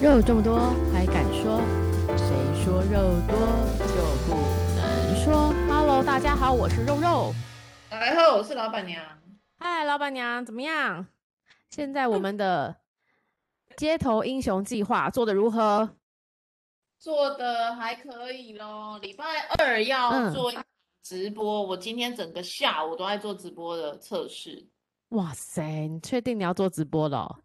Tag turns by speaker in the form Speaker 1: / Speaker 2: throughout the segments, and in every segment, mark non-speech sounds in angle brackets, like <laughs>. Speaker 1: 肉这么多还敢说？谁说肉多就不能说？Hello，大家好，我是肉肉。
Speaker 2: 来后我是老板娘。
Speaker 1: 嗨，老板娘，怎么样？现在我们的街头英雄计划做得如何？
Speaker 2: 做的还可以咯，礼拜二要
Speaker 1: 嗯
Speaker 2: 做直播，我今天整个下午都在做直播的测试。
Speaker 1: 哇塞，你确定你要做直播了哦、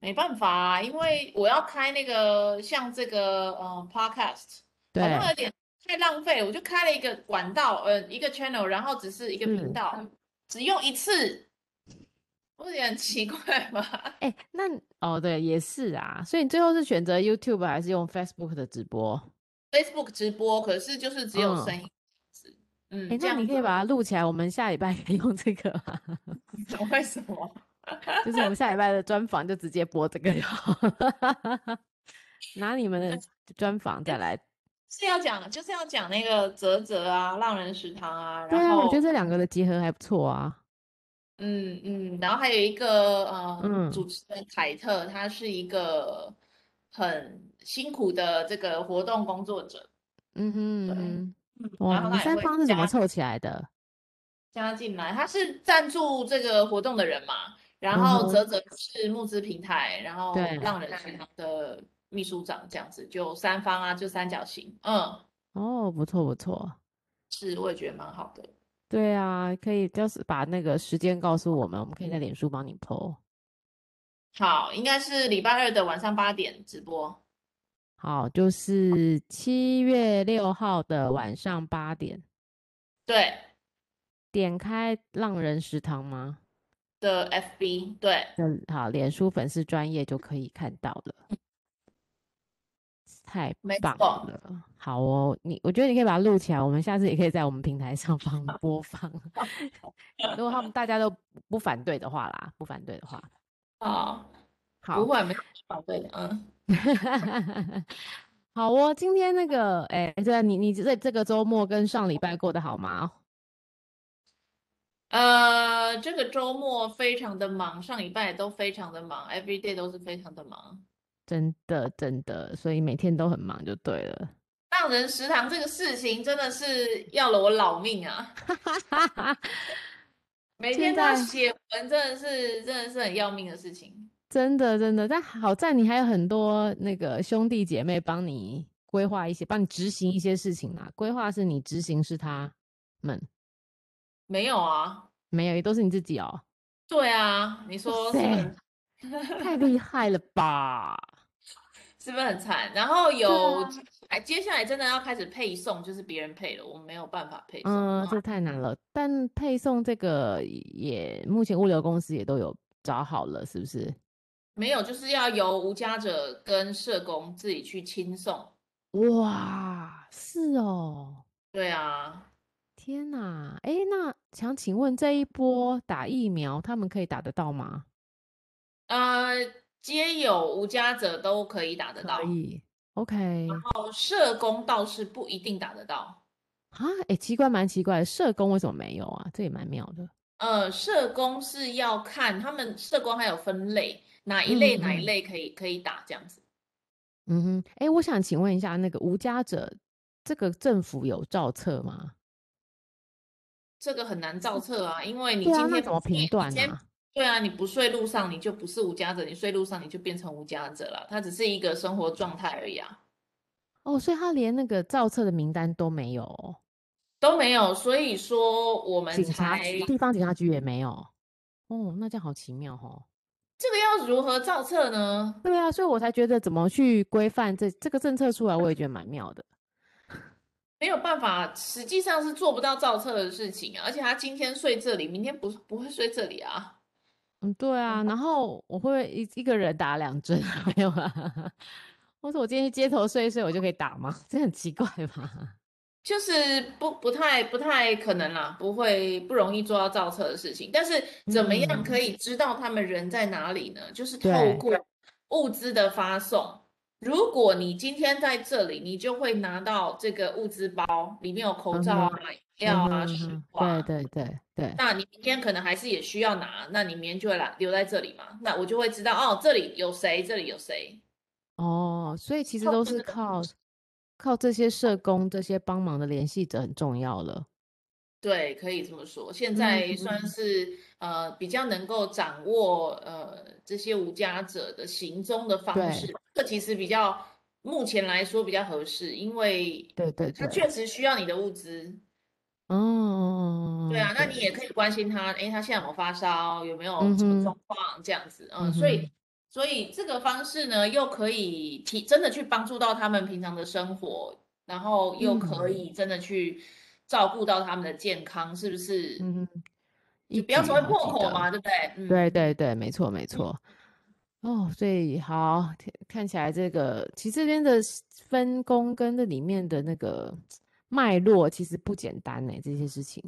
Speaker 2: 没办法、啊，因为我要开那个像这个嗯 podcast，好
Speaker 1: 对
Speaker 2: 像有点太浪费，我就开了一个管道，呃，一个 channel，然后只是一个频
Speaker 1: 嗯
Speaker 2: 道，只用一次，不是也很奇怪吗？ <laughs>
Speaker 1: 哎、那你哦对，也是啊。所以你最后是选择 YouTube 还是用 Facebook 的直播？
Speaker 2: Facebook 直播，可是就是只有
Speaker 1: 嗯
Speaker 2: 声音这样子，嗯，
Speaker 1: 哎、
Speaker 2: 这
Speaker 1: 那
Speaker 2: 样
Speaker 1: 你可以
Speaker 2: 子
Speaker 1: 把它录起来，我们下礼拜可以用这个吗？
Speaker 2: <laughs> 为什么？
Speaker 1: 就是我们下礼拜的专访就直接播这个就好了， <laughs> 拿你们的专访再来。
Speaker 2: 是要讲，就是要讲那个泽泽啊，浪人食堂啊，
Speaker 1: 对
Speaker 2: 然
Speaker 1: 啊，
Speaker 2: 后
Speaker 1: 我觉得这两个的结合还不错啊。
Speaker 2: 嗯嗯，然后还有一个呃，
Speaker 1: 嗯
Speaker 2: 主持人凯特，他是一个很辛苦的这个活动工作者，
Speaker 1: 嗯哼嗯
Speaker 2: 对
Speaker 1: 哼，
Speaker 2: 嗯
Speaker 1: 哇，
Speaker 2: 然后
Speaker 1: 你们
Speaker 2: 他
Speaker 1: 三
Speaker 2: 也会
Speaker 1: 方是怎么
Speaker 2: 加
Speaker 1: 凑起来的？
Speaker 2: 加进来，他是赞助这个活动的人嘛，然
Speaker 1: 嗯
Speaker 2: 后
Speaker 1: 哼
Speaker 2: 泽泽是募资平台，然后
Speaker 1: 对
Speaker 2: 浪人食堂的秘书长这样子，就三方啊，就三角形，嗯，
Speaker 1: 哦，不错不错。
Speaker 2: 是我也觉得蛮好的。
Speaker 1: 对啊，可以就是把那个时间告诉我们，我们可以在脸书帮你 PO。
Speaker 2: 好，应该是礼拜二的晚上八点直播。
Speaker 1: 好，就是七月六号的晚上八点，
Speaker 2: 对
Speaker 1: 点开浪人食堂吗？
Speaker 2: 的 FB，对，
Speaker 1: 嗯，好，脸书粉丝专业就可以看到了，太
Speaker 2: 嗯没
Speaker 1: 棒
Speaker 2: 错
Speaker 1: 了。好哦，你我觉得你可以把它录起来，我们下次也可以在我们平台上放播放。 <laughs> 如果他们大家都不反对的话啦，不反对的话，
Speaker 2: 好，
Speaker 1: 好
Speaker 2: 哦不，会没有反对的，嗯，
Speaker 1: <laughs> 好哦。今天那个，哎、对啊，你你这这个周末跟上礼拜过得好吗？
Speaker 2: 呃，这个周末非常的忙，上礼拜都非常的忙，every day 都是非常的忙。
Speaker 1: 真的真的，所以每天都很忙就对了。
Speaker 2: 浪人食堂这个事情真的是要了我老命 <laughs> 啊！每
Speaker 1: 现
Speaker 2: 天都要
Speaker 1: 在
Speaker 2: 写文，真的是真的是很要命的事情。
Speaker 1: 真的真的，但好在你还有很多那个兄弟姐妹帮你规划一些，帮你执行一些事情啦。规划是你，执行是他们，
Speaker 2: 没有啊，
Speaker 1: 没有也都是你自己哦，
Speaker 2: 对啊，你说是不是很
Speaker 1: 太厉害了吧？
Speaker 2: 是不是很惨？然后有
Speaker 1: 啊，
Speaker 2: 哎，接下来真的要开始配送，就是别人配了，我们没有办法配送。
Speaker 1: 嗯
Speaker 2: 嗯，
Speaker 1: 这太难了。但配送这个也，目前物流公司也都有找好了，是不是？
Speaker 2: 没有，就是要由无家者跟社工自己去亲送。
Speaker 1: 哇，是哦，
Speaker 2: 对啊，
Speaker 1: 天哪！哎，那想请问这一波打疫苗，他们可以打得到吗？
Speaker 2: 呃，皆有无家者都可以打得到
Speaker 1: 可，以，OK。
Speaker 2: 哦，社工倒是不一定打得到。
Speaker 1: 啊，哎，奇怪，蛮奇怪的，社工为什么没有啊？这也蛮妙的。
Speaker 2: 呃，社工是要看他们社工还有分类，哪一类
Speaker 1: 嗯
Speaker 2: 哪一
Speaker 1: 嗯
Speaker 2: 类可以可以打这样子。
Speaker 1: 嗯哼，哎，我想请问一下，那个无家者，这个政府有照册吗？
Speaker 2: 这个很难照册啊，因为
Speaker 1: 嗯
Speaker 2: 你
Speaker 1: 对啊，
Speaker 2: 今
Speaker 1: 那
Speaker 2: 天
Speaker 1: 怎么
Speaker 2: 不睡
Speaker 1: 评断
Speaker 2: 你
Speaker 1: 呢、
Speaker 2: 今天对啊，你不睡路上你就不是无家者，你睡路上你就变成无家者了，它只是一个生活状态而已啊。
Speaker 1: 哦，所以他连那个照册的名单都没有哦，
Speaker 2: 都没有，所以说我们
Speaker 1: 警察
Speaker 2: 才
Speaker 1: 局、地方警察局也没有。哦，那这样好奇妙哦。
Speaker 2: 这个要如何造册呢？
Speaker 1: 对啊，所以我才觉得怎么去规范这这个政策出来，我也觉得蛮妙的。
Speaker 2: 没有办法，实际上是做不到造册的事情啊。而且他今天睡这里，明天不不会睡这里啊。
Speaker 1: 嗯，对啊，然后我会不会一一个人打两针啊？ <laughs> 没有啊。我说我今天去街头睡一睡，我就可以打吗？ <laughs> 这很奇怪吧？
Speaker 2: 就是不不太不太可能啦，不会不容易做到造册的事情。但是怎么样
Speaker 1: 嗯
Speaker 2: 可以知道他们人在哪里呢？就是透
Speaker 1: 对
Speaker 2: 过物资的发送。如果你今天在这里，你就会拿到这个物资包，里面有口罩啊、饮料啊、
Speaker 1: 嗯
Speaker 2: 食
Speaker 1: 哼
Speaker 2: 物啊。
Speaker 1: 对对对对，
Speaker 2: 那你明天可能还是也需要拿，那你明天就会来留在这里嘛？那我就会知道哦，这里有谁，这里有谁。
Speaker 1: 哦，所以其实
Speaker 2: 靠
Speaker 1: 都
Speaker 2: 这
Speaker 1: 是
Speaker 2: 个
Speaker 1: 靠靠这些社工、这些帮忙的联系者很重要了。
Speaker 2: 对，可以这么说。现
Speaker 1: 嗯
Speaker 2: 在算
Speaker 1: 嗯
Speaker 2: 是呃比较能够掌握呃这些无家者的行踪的方
Speaker 1: 对
Speaker 2: 式，这其实比较目前来说比较合适，因为
Speaker 1: 对对
Speaker 2: 他
Speaker 1: 对，
Speaker 2: 确实需要你的物资。对
Speaker 1: 哦，
Speaker 2: 啊，那
Speaker 1: 对，
Speaker 2: 你也可以关心他，诶，他现在有没有发烧，有没有
Speaker 1: 嗯
Speaker 2: 什么
Speaker 1: 哼，
Speaker 2: 状况这样子，嗯，
Speaker 1: 嗯
Speaker 2: 所以
Speaker 1: 哼，
Speaker 2: 所以这个方式呢，又可以提真的去帮助到他们平常的生活，然后又可
Speaker 1: 嗯
Speaker 2: 以真的去照顾到他们的健康，是不是？
Speaker 1: 嗯哼，一
Speaker 2: 就不要
Speaker 1: 举
Speaker 2: 成为
Speaker 1: 好
Speaker 2: 破
Speaker 1: 几
Speaker 2: 口
Speaker 1: 得。
Speaker 2: 嘛，对不对？嗯
Speaker 1: 对对对，没错没
Speaker 2: 嗯，
Speaker 1: 错。哦，所以好，听看起来这个其实这边的是分工跟这里面的那个脉络其实不简单呢，这些事情。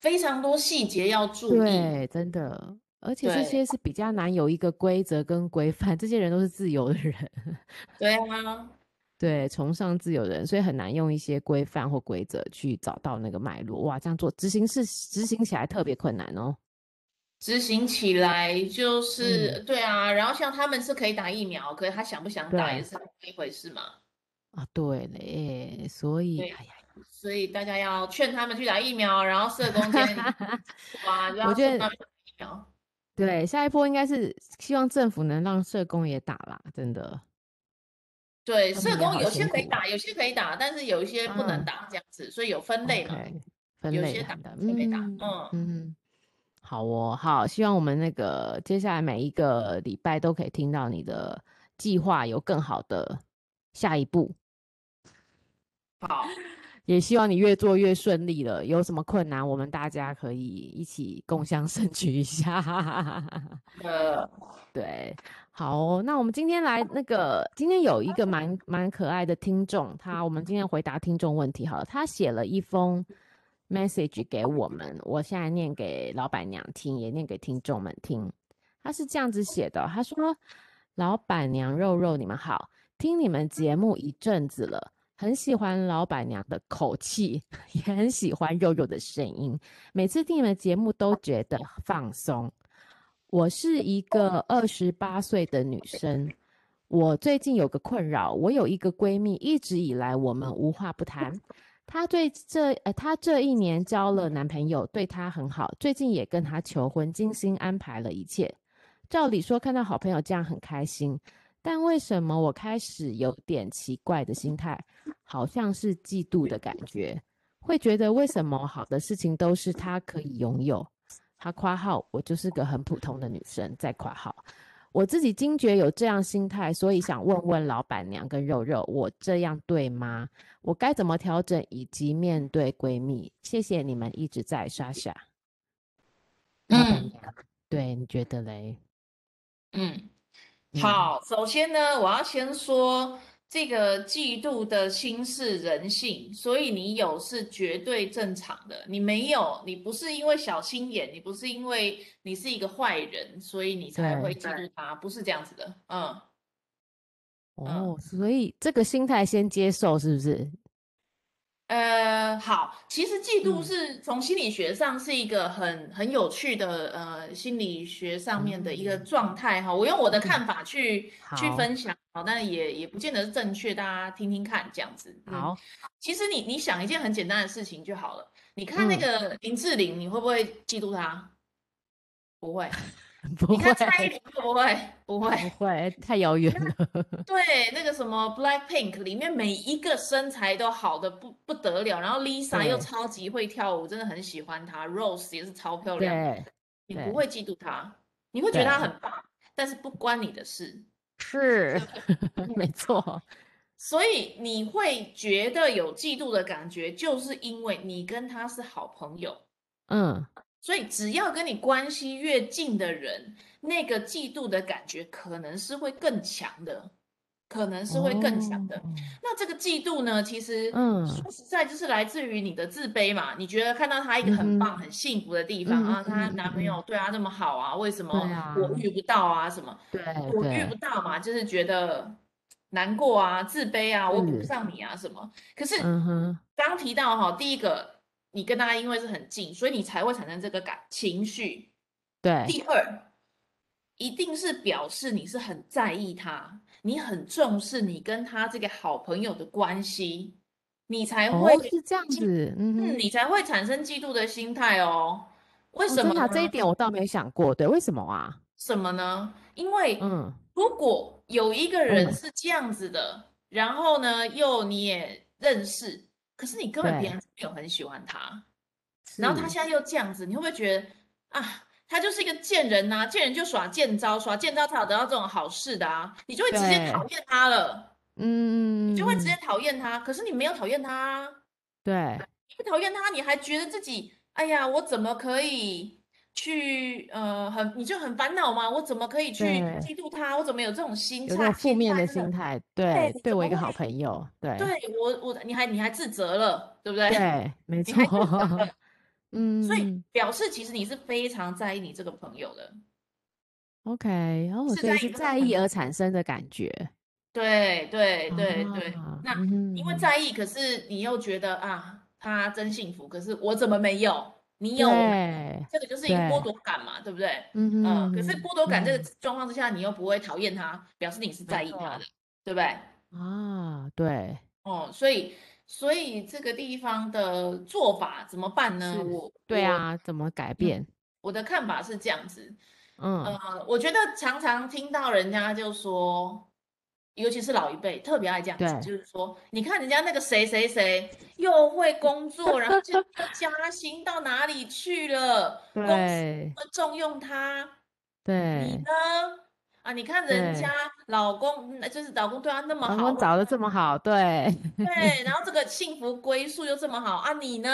Speaker 2: 非常多细节要注意，
Speaker 1: 对，真的，而且这
Speaker 2: 对
Speaker 1: 些是比较难有一个规则跟规范，这些人都是自由的人， <laughs>
Speaker 2: 对啊，
Speaker 1: 对，崇尚自由的人，所以很难用一些规范或规则去找到那个脉络。哇，这样做执行是执行起来特别困难哦。
Speaker 2: 执行起来就
Speaker 1: 嗯，
Speaker 2: 是对啊，然后像他们是可以打疫苗，可是他想不想打也
Speaker 1: 对
Speaker 2: 是另一回事嘛。
Speaker 1: 啊，对嘞，所以
Speaker 2: 对，
Speaker 1: 哎呀，
Speaker 2: 所以大家要劝他们去打疫苗，然后社工今天
Speaker 1: <laughs>
Speaker 2: 啊哇，就
Speaker 1: 我
Speaker 2: 要
Speaker 1: 觉
Speaker 2: 劝
Speaker 1: 得
Speaker 2: 他们打疫苗。
Speaker 1: 对，下一波应该是希望政府能让社工也打啦，真的，
Speaker 2: 对，
Speaker 1: 他
Speaker 2: 社
Speaker 1: 们也
Speaker 2: 工
Speaker 1: 好
Speaker 2: 有些
Speaker 1: 辛
Speaker 2: 可以
Speaker 1: 苦哦。
Speaker 2: 打，有些可以打，但是有一些不能
Speaker 1: 嗯
Speaker 2: 打，这样子，所以有分类嘛，
Speaker 1: ，OK，分
Speaker 2: 有
Speaker 1: 类
Speaker 2: 些打，
Speaker 1: 谈的，
Speaker 2: 有些没打。
Speaker 1: 嗯
Speaker 2: 嗯，
Speaker 1: 嗯。好哦，好，希望我们那个接下来每一个礼拜都可以听到你的计划有更好的下一步，
Speaker 2: 好，
Speaker 1: 也希望你越做越顺利了。有什么困难，我们大家可以一起共 <laughs> 襄盛举一下。
Speaker 2: 呃，
Speaker 1: 对，好哦，那我们今天来那个，今天有一个蛮蛮可爱的听众，他我们今天回答听众问题好了，他写了一封 message 给我们，我现在念给老板娘听，也念给听众们听。他是这样子写的，哦他说：“老板娘肉肉，你们好，听你们节目一阵子了。”很喜欢老板娘的口气， <laughs> 也很喜欢肉肉的声音。每次听你们节目都觉得放松。我是一个二十八岁的女生，我最近有个困扰，我有一个闺蜜，一直以来我们无话不谈。她对这呃，她这一年交了男朋友，对她很好，最近也跟她求婚，精心安排了一切。照理说，看到好朋友这样很开心，但为什么我开始有点奇怪的心态，好像是嫉妒的感觉，会觉得为什么好的事情都是她可以拥有，他括号我就是个很普通的女生，再括号我自己惊觉有这样心态，所以想问问老板娘跟肉肉，我这样对吗？我该怎么调整以及面对闺蜜？谢谢你们一直在莎莎，老板
Speaker 2: 嗯
Speaker 1: 娘，对你觉得嘞？
Speaker 2: 嗯，
Speaker 1: 嗯
Speaker 2: 好，首先呢，我要先说这个嫉妒的心是人性，所以你有是绝对正常的，你没有，你不是因为小心眼，你不是因为你是一个坏人，所以你才会
Speaker 1: 对，
Speaker 2: 嫉妒对他，不是这样子的，嗯嗯。
Speaker 1: 哦，所以这个心态先接受是不是？
Speaker 2: 呃，好，其实嫉妒
Speaker 1: 嗯
Speaker 2: 是从心理学上是一个很很有趣的呃心理学上面的一个
Speaker 1: 嗯
Speaker 2: 状态哈。我用我的
Speaker 1: 嗯，
Speaker 2: 看法去去
Speaker 1: 好
Speaker 2: 分享，好，但也也不见得是正确，大家听听看这样子。嗯，
Speaker 1: 好，
Speaker 2: 其实你你想一件很简单的事情就好了。你看那
Speaker 1: 嗯，
Speaker 2: 个林志玲，你会不会嫉妒她？不
Speaker 1: <laughs>
Speaker 2: 会。
Speaker 1: 不
Speaker 2: 你看
Speaker 1: 会
Speaker 2: 蔡依林会不会？不会。
Speaker 1: 不会，太遥远了，
Speaker 2: 对，那个什么 Blackpink 里面每一个身材都好的不不得了，然后 Lisa 又
Speaker 1: 对
Speaker 2: 超级会跳舞，真的很喜欢她。Rose 也是超漂亮的，
Speaker 1: 对
Speaker 2: 你不
Speaker 1: 对
Speaker 2: 会嫉妒她，你会觉得她
Speaker 1: 对。
Speaker 2: 很棒，但是不关你的事。
Speaker 1: 是， <laughs>
Speaker 2: 对不对？
Speaker 1: 没
Speaker 2: 嗯，
Speaker 1: 错，
Speaker 2: 所以你会觉得有嫉妒的感觉，就是因为你跟她是好朋友。
Speaker 1: 嗯，
Speaker 2: 所以，只要跟你关系越近的人，那个嫉妒的感觉可能是会更强的，可能是会更强的。
Speaker 1: 哦，
Speaker 2: 那这个嫉妒呢，其实
Speaker 1: 嗯，
Speaker 2: 说实在，就是来自于你的自卑嘛。你觉得看到她一个
Speaker 1: 嗯
Speaker 2: 很
Speaker 1: 哼，
Speaker 2: 棒、很幸福的地方
Speaker 1: 嗯嗯
Speaker 2: 啊，她
Speaker 1: 嗯嗯
Speaker 2: 男朋友
Speaker 1: 嗯，
Speaker 2: 对她这么好啊，为什
Speaker 1: 对
Speaker 2: 么我
Speaker 1: 啊，
Speaker 2: 遇不到啊？什么
Speaker 1: 对
Speaker 2: 我遇
Speaker 1: 对
Speaker 2: 不到嘛，就是觉得难过啊、自卑啊，我比不
Speaker 1: 是，
Speaker 2: 上你啊什么。可是
Speaker 1: 嗯哼，
Speaker 2: 刚提到哈，第一个，你跟他因为是很近，所以你才会产生这个感情绪。
Speaker 1: 对，
Speaker 2: 第二，一定是表示你是很在意他，你很重视你跟他这个好朋友的关系，你才会、
Speaker 1: 哦，是这样子，嗯哼，
Speaker 2: 嗯，你才会产生嫉妒的心态哦。为
Speaker 1: 哦
Speaker 2: 什么
Speaker 1: 真的
Speaker 2: 呢？
Speaker 1: 啊、这一点我倒没想过，对，为什么啊？
Speaker 2: 什么呢？因为
Speaker 1: 嗯
Speaker 2: 如果有一个人
Speaker 1: 嗯，
Speaker 2: 是这样子的，然后呢，又你也认识，可是你根本
Speaker 1: 对，
Speaker 2: 平常就没有很喜欢他，然后他
Speaker 1: 是，
Speaker 2: 现在又这样子，你会不会觉得啊，他就是一个贱人呐、贱人就耍贱招，耍贱招才有得到这种好事的啊，你就会直接讨
Speaker 1: 对，
Speaker 2: 厌他了，你就会直
Speaker 1: 嗯，
Speaker 2: 接讨厌他，可是你没有讨厌他啊。
Speaker 1: 对，
Speaker 2: 你不讨厌他，你还觉得自己，哎呀，我怎么可以去，呃，很，你就很烦恼嘛，我怎么可以去
Speaker 1: 对，
Speaker 2: 嫉妒他？我怎么有这种心
Speaker 1: 有
Speaker 2: 态？
Speaker 1: 这种负
Speaker 2: 心
Speaker 1: 面
Speaker 2: 态
Speaker 1: 的
Speaker 2: 真的，
Speaker 1: 心态，
Speaker 2: 对，
Speaker 1: 对，
Speaker 2: 你
Speaker 1: 对
Speaker 2: 怎
Speaker 1: 我一
Speaker 2: 么
Speaker 1: 个
Speaker 2: 会？
Speaker 1: 好朋友，
Speaker 2: 对， <laughs>
Speaker 1: 对
Speaker 2: 我，我，你还，你还自责了，对不对？
Speaker 1: 对，没
Speaker 2: 你
Speaker 1: 错，
Speaker 2: 还自
Speaker 1: <laughs>
Speaker 2: 责了，所以
Speaker 1: 嗯
Speaker 2: <laughs> 表示其实你是非常在意你这个朋友的，
Speaker 1: ，OK，哦，
Speaker 2: 是
Speaker 1: 所以
Speaker 2: 在
Speaker 1: 是
Speaker 2: 意这个
Speaker 1: 在
Speaker 2: 朋
Speaker 1: 意
Speaker 2: 友。
Speaker 1: 而产生的感觉
Speaker 2: 对对对对，
Speaker 1: 啊，
Speaker 2: 那因为
Speaker 1: 嗯
Speaker 2: 在意，可是你又觉得啊，他真幸福，可是我怎么没有？你有，我没有，
Speaker 1: 对
Speaker 2: 这个就是一个剥
Speaker 1: 对，
Speaker 2: 夺感嘛，对不对？
Speaker 1: 嗯哼
Speaker 2: 呃，
Speaker 1: 嗯
Speaker 2: 可是
Speaker 1: 哼
Speaker 2: 剥夺感这个
Speaker 1: 嗯，
Speaker 2: 状况之下，你又不会讨厌他，表示你是
Speaker 1: 没
Speaker 2: 在意他的，
Speaker 1: 错
Speaker 2: 对不对？
Speaker 1: 啊，对，
Speaker 2: 哦，所以所以这个地方的做法怎么办呢？
Speaker 1: 是，
Speaker 2: 我
Speaker 1: 对
Speaker 2: 我
Speaker 1: 啊，怎么改
Speaker 2: 嗯，
Speaker 1: 变？
Speaker 2: 我的看法是这样子，呃，
Speaker 1: 嗯，
Speaker 2: 我觉得常常听到人家就说，尤其是老一辈特别爱这样子，
Speaker 1: 对，
Speaker 2: 就是说，你看人家那个谁谁谁又会工作，然后
Speaker 1: <laughs>
Speaker 2: 现在又加薪到哪里去了，公司
Speaker 1: 对，
Speaker 2: 会重用他，你
Speaker 1: 对，
Speaker 2: 呢？啊，你看人家
Speaker 1: 对，
Speaker 2: 老公，嗯就是老公对她那么
Speaker 1: 老
Speaker 2: 好，嗯
Speaker 1: 公
Speaker 2: 或者
Speaker 1: 啊找的这么好，对，
Speaker 2: 对，然后这个幸福归宿又这么好啊，你呢？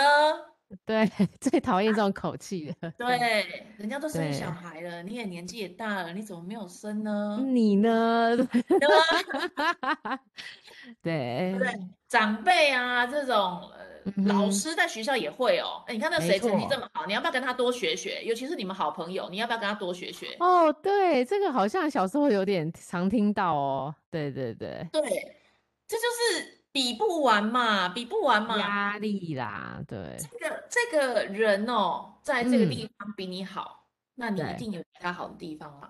Speaker 1: 对， <laughs> 最讨厌这种口气了， <laughs> 对，
Speaker 2: 对，人家都生小
Speaker 1: 对，嗯
Speaker 2: 孩了，你也年纪也大了，你怎么没有生呢？
Speaker 1: 你呢？ <laughs>
Speaker 2: 对吧？对不对？
Speaker 1: 对，
Speaker 2: 长辈啊，这种呃，
Speaker 1: 嗯
Speaker 2: 老
Speaker 1: 哼，
Speaker 2: 师在学校也会哦。哎，你看那
Speaker 1: 没
Speaker 2: 谁成绩这
Speaker 1: 错。
Speaker 2: 么好，你要不要跟他多学学？尤其是你们好朋友，你要不要跟他多学学？
Speaker 1: 哦，对，这个好像小时候有点常听到哦，对对对，
Speaker 2: 对，这就是比不完嘛，比不完嘛。
Speaker 1: 压力啦，对，
Speaker 2: 这个这个人哦，在这个
Speaker 1: 嗯，
Speaker 2: 地方比你好，那你一
Speaker 1: 对，
Speaker 2: 定有比他好的地方嘛。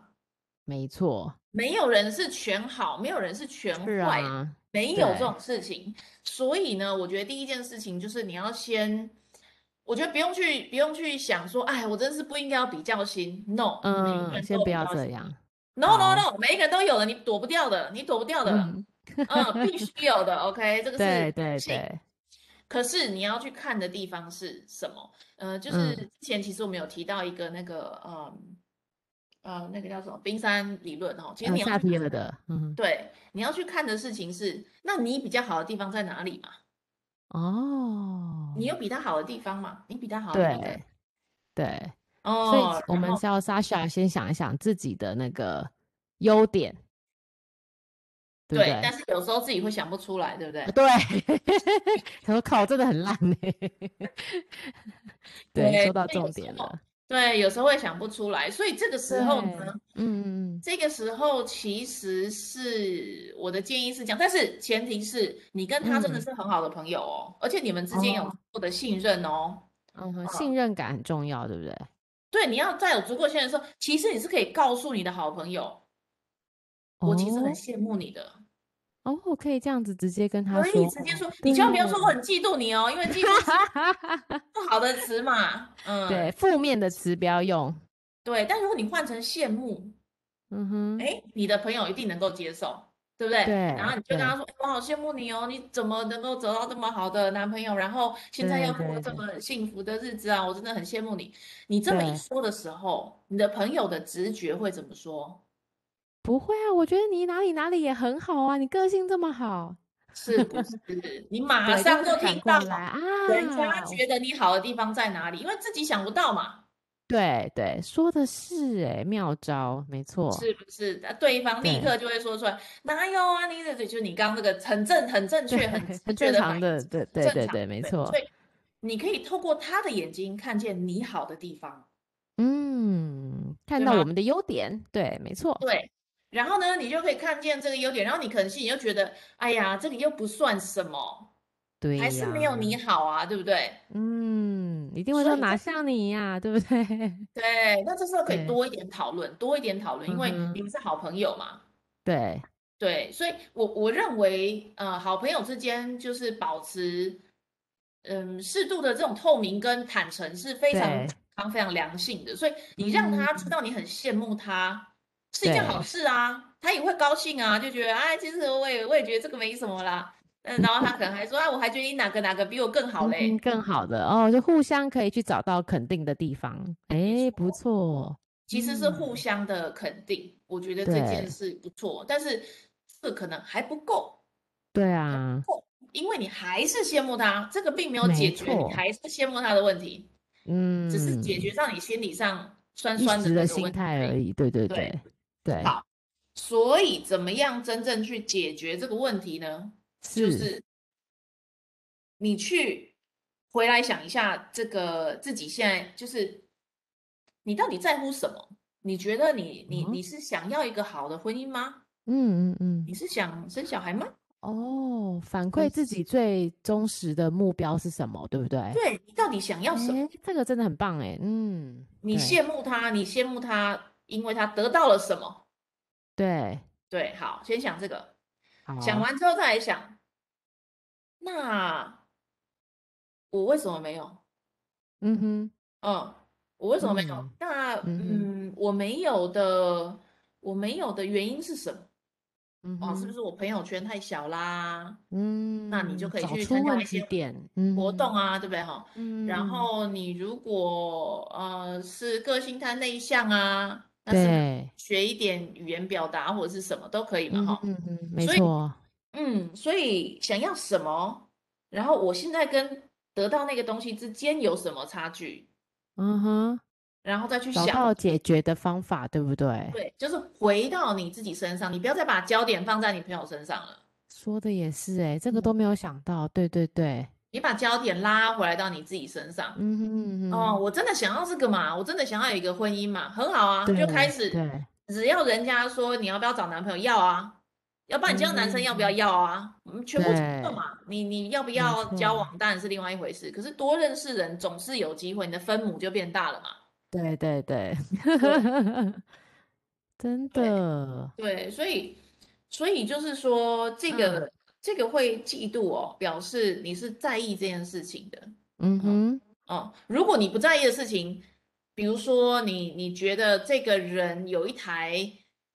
Speaker 1: 没错，
Speaker 2: 没有人是全好，没有人是全
Speaker 1: 是
Speaker 2: 坏，
Speaker 1: 啊，
Speaker 2: 没有这
Speaker 1: 对，
Speaker 2: 种事情。所以呢，我觉得第一件事情就是你要先，我觉得不用去不用去想说，哎，我真是不应该要比较心。No，每一个
Speaker 1: 嗯，
Speaker 2: 人
Speaker 1: 先
Speaker 2: 都有
Speaker 1: 不
Speaker 2: 比
Speaker 1: 要
Speaker 2: 较
Speaker 1: 这
Speaker 2: 心。
Speaker 1: 样，
Speaker 2: No No
Speaker 1: 好，
Speaker 2: No，每一个人都有的，你躲不掉的，你躲不掉的，
Speaker 1: 嗯，
Speaker 2: 嗯，必须有的。OK，这个
Speaker 1: <laughs>
Speaker 2: 是
Speaker 1: 对
Speaker 2: 人
Speaker 1: 对
Speaker 2: 性。
Speaker 1: 对，
Speaker 2: 可是你要去看的地方是什么？呃，就是
Speaker 1: 嗯，
Speaker 2: 之前其实我们有提到一个那个，嗯呃，那个叫什么冰山理论哦。其实
Speaker 1: 呃，
Speaker 2: 你要
Speaker 1: 萨
Speaker 2: 去
Speaker 1: 提
Speaker 2: 看
Speaker 1: 尔
Speaker 2: 的，
Speaker 1: 的，嗯，
Speaker 2: 对，你要去看的事情是，那你比较好的地方在哪里嘛？你
Speaker 1: 哦，
Speaker 2: 有比他好的地方嘛？你比他好的地方在
Speaker 1: 对对，
Speaker 2: 哪
Speaker 1: 所以
Speaker 2: 哦，
Speaker 1: 我
Speaker 2: 然
Speaker 1: 们
Speaker 2: 后
Speaker 1: 是要 Sasha 先想一想自己的那个优点，对不
Speaker 2: 对，但
Speaker 1: 对？
Speaker 2: 是有时候自己会想不出来，对不对？
Speaker 1: <laughs> 对，他说靠，真的很烂
Speaker 2: <laughs>
Speaker 1: 呢。对，
Speaker 2: 对，
Speaker 1: 说到
Speaker 2: 所以有
Speaker 1: 重
Speaker 2: 时
Speaker 1: 点
Speaker 2: 候，
Speaker 1: 了。
Speaker 2: 对，有时候会想不出来，所以这个时候呢，
Speaker 1: 对，嗯，
Speaker 2: 这个时候其实是我的建议是这样，但是前提是你跟他真的
Speaker 1: 嗯，
Speaker 2: 是很好的朋友哦，而且你们之间有
Speaker 1: 哦，
Speaker 2: 足够的信任哦。
Speaker 1: 嗯哼，
Speaker 2: 嗯，
Speaker 1: 信任感很重要，对不对？
Speaker 2: 对，你要在有足够信任的时候，其实你是可以告诉你的好朋友，我其实很
Speaker 1: 哦，
Speaker 2: 羡慕你的，
Speaker 1: 哦，我可以这样子直接跟他
Speaker 2: 可以
Speaker 1: 说
Speaker 2: 直接
Speaker 1: 哦，
Speaker 2: 说，你千万不要说我
Speaker 1: 对，
Speaker 2: 很嫉妒你哦，因为嫉妒是
Speaker 1: <laughs>
Speaker 2: 不好的词嘛。嗯，
Speaker 1: 对，负面的词不要用。
Speaker 2: 对。但如果你换成羡慕，
Speaker 1: 嗯哼，
Speaker 2: 哎，你的朋友一定能够接受，对不对？然后
Speaker 1: 对
Speaker 2: 你就跟他
Speaker 1: 对
Speaker 2: 说，诶我好羡慕你哦，你怎么能够找到这么好的男朋友，然后现在要
Speaker 1: 对
Speaker 2: 过
Speaker 1: 对
Speaker 2: 这
Speaker 1: 对
Speaker 2: 么幸福的日子啊，我真的很羡慕你。你这么一
Speaker 1: 对，
Speaker 2: 说的时候，你的朋友的直觉会怎么说？
Speaker 1: 不会啊，我觉得你哪里哪里也很好啊，你个性这么好，
Speaker 2: 是不是？你马
Speaker 1: 对，就
Speaker 2: 上
Speaker 1: 会
Speaker 2: 就
Speaker 1: 反
Speaker 2: 听到
Speaker 1: 过来
Speaker 2: 人家
Speaker 1: 啊，
Speaker 2: 觉得你好的地方在哪里，因为自己想不到嘛，
Speaker 1: 对对，说的是哎，妙招，没错，
Speaker 2: 是不是？啊，对方立
Speaker 1: 对
Speaker 2: 刻就会说出来，哪有啊？你这就是你刚刚那个很正、很正
Speaker 1: 对，
Speaker 2: 确、很直
Speaker 1: 很
Speaker 2: 觉
Speaker 1: 正
Speaker 2: 的反
Speaker 1: 常
Speaker 2: 应，
Speaker 1: 的，对
Speaker 2: 很
Speaker 1: 对
Speaker 2: 正
Speaker 1: 对
Speaker 2: 常。
Speaker 1: 对，没
Speaker 2: 对，
Speaker 1: 错，
Speaker 2: 所以你可以透过他的眼睛看见你好的地方，
Speaker 1: 嗯，看
Speaker 2: 对哦
Speaker 1: 到我
Speaker 2: 吗？
Speaker 1: 们的优点，对，没错，
Speaker 2: 对，然后呢，你就可以看见这个优点，然后你可能心里就觉得，哎呀，这个又不算什么，还
Speaker 1: 对
Speaker 2: 是没有你
Speaker 1: 呀，
Speaker 2: 好啊，对不对？
Speaker 1: 嗯，一定会
Speaker 2: 所
Speaker 1: 说
Speaker 2: 以
Speaker 1: 哪
Speaker 2: 这
Speaker 1: 像你呀、对不对？ <laughs>
Speaker 2: 对，那这时候可以
Speaker 1: 对
Speaker 2: 多一点讨论，多一点讨论，因为
Speaker 1: 嗯哼
Speaker 2: 你们是好朋友嘛。
Speaker 1: 对，
Speaker 2: 对，所以我我认为，呃，好朋友之间就是保持，嗯，适度的这种透明跟坦诚是非常
Speaker 1: 对
Speaker 2: 常非常良性的。所以你让他
Speaker 1: 嗯
Speaker 2: 知道你很羡慕他，是一件好
Speaker 1: 对
Speaker 2: 事啊，他也会高兴啊，就觉得哎，其实我也我也觉得这个没什么啦。嗯，然后他可能还说，哎，我还觉得你哪个哪个比我更好嘞。
Speaker 1: 嗯，更好的哦，就互相可以去找到肯定的地方。
Speaker 2: 嗯
Speaker 1: 哎，不错，
Speaker 2: 其实是
Speaker 1: 嗯
Speaker 2: 互相的肯定，我觉得这件
Speaker 1: 对
Speaker 2: 事不错，但是这可能还不够，
Speaker 1: 对啊，
Speaker 2: 因为你还是羡慕他，这个并没有
Speaker 1: 没
Speaker 2: 解决，你
Speaker 1: 错，
Speaker 2: 还是羡慕他的问题，只是解
Speaker 1: 嗯，
Speaker 2: 决到你心理上酸
Speaker 1: 一
Speaker 2: 酸的
Speaker 1: 时
Speaker 2: 那
Speaker 1: 的
Speaker 2: 个
Speaker 1: 心
Speaker 2: 问题
Speaker 1: 态
Speaker 2: 而
Speaker 1: 而
Speaker 2: 已。
Speaker 1: 已。对对
Speaker 2: 对，
Speaker 1: 对对，，
Speaker 2: 好，所以怎么样真正去解决这个问题呢？就是是你去回来想一下，这个自己现在就是你到底在乎什么？你觉得你你
Speaker 1: 哦，
Speaker 2: 你是想要一个好的婚姻吗？
Speaker 1: 嗯嗯嗯，
Speaker 2: 你是想生小孩吗？
Speaker 1: 哦，反馈
Speaker 2: 你
Speaker 1: 自己最忠实的目标是什么，对不对？
Speaker 2: 对你到底想要什么？
Speaker 1: 哎，这个真的很棒哎，嗯，
Speaker 2: 你
Speaker 1: 对
Speaker 2: 羡慕他，你羡慕他，因为他得到了什么？
Speaker 1: 对，
Speaker 2: 对，好，先想这个，想
Speaker 1: 好，
Speaker 2: 完之后再来想，那我为什么没有？
Speaker 1: 嗯哼，
Speaker 2: 嗯，我为什么没有？
Speaker 1: 嗯
Speaker 2: 那
Speaker 1: 嗯哼，
Speaker 2: 嗯，我没有的，我没有的原因是什么？
Speaker 1: 嗯
Speaker 2: 哦，是不
Speaker 1: 哼，
Speaker 2: 是我朋友圈太小啦？那你就
Speaker 1: 嗯，
Speaker 2: 可以
Speaker 1: 找
Speaker 2: 去
Speaker 1: 出
Speaker 2: 参加
Speaker 1: 问
Speaker 2: 一些
Speaker 1: 题点，
Speaker 2: 活
Speaker 1: 嗯
Speaker 2: 动啊，对不对哈？然
Speaker 1: 嗯，
Speaker 2: 后你如果呃是个性太内向啊，那是不是
Speaker 1: 对，
Speaker 2: 学一点语言表达或者是什么都可以嘛
Speaker 1: 嗯哼
Speaker 2: 哈？
Speaker 1: 嗯哼，没
Speaker 2: 所以
Speaker 1: 错，
Speaker 2: 嗯，所以想要什么，然后我现在跟得到那个东西之间有什么差距，
Speaker 1: 嗯哼，
Speaker 2: 然后再去
Speaker 1: 找
Speaker 2: 想。
Speaker 1: 到解决的方法，对不对？
Speaker 2: 对，就是回到你自己身上，你不要再把焦点放在你朋友身上了。
Speaker 1: 说的也是哎，这个
Speaker 2: 嗯，
Speaker 1: 都没有想到，对对对，
Speaker 2: 你把焦点拉回来到你自己身上。
Speaker 1: 嗯哼嗯
Speaker 2: 哦，
Speaker 1: 哼，
Speaker 2: 我真的想要这个嘛，我真的想要有一个婚姻嘛，很好啊，就
Speaker 1: 对
Speaker 2: 开始，
Speaker 1: 对，
Speaker 2: 只要人家说你要不要找男朋友，要啊，要不然你叫男生要不要
Speaker 1: 嗯，
Speaker 2: 要啊，嗯，全部接受
Speaker 1: 对，
Speaker 2: 嘛。你你要不
Speaker 1: 没
Speaker 2: 要交
Speaker 1: 错，
Speaker 2: 往当然是另外一回事，可是多认识人总是有机会，你的分母就变大了嘛。
Speaker 1: <laughs> 对对对， <laughs>
Speaker 2: 对
Speaker 1: 真
Speaker 2: 对。
Speaker 1: 的，
Speaker 2: 对，所以，所以就是说，这
Speaker 1: 嗯
Speaker 2: 个这个会嫉妒哦，表示你是在意这件事情的，
Speaker 1: 嗯
Speaker 2: 嗯
Speaker 1: 哼，
Speaker 2: 嗯，如果你不在意的事情，比如说你你觉得这个人有一台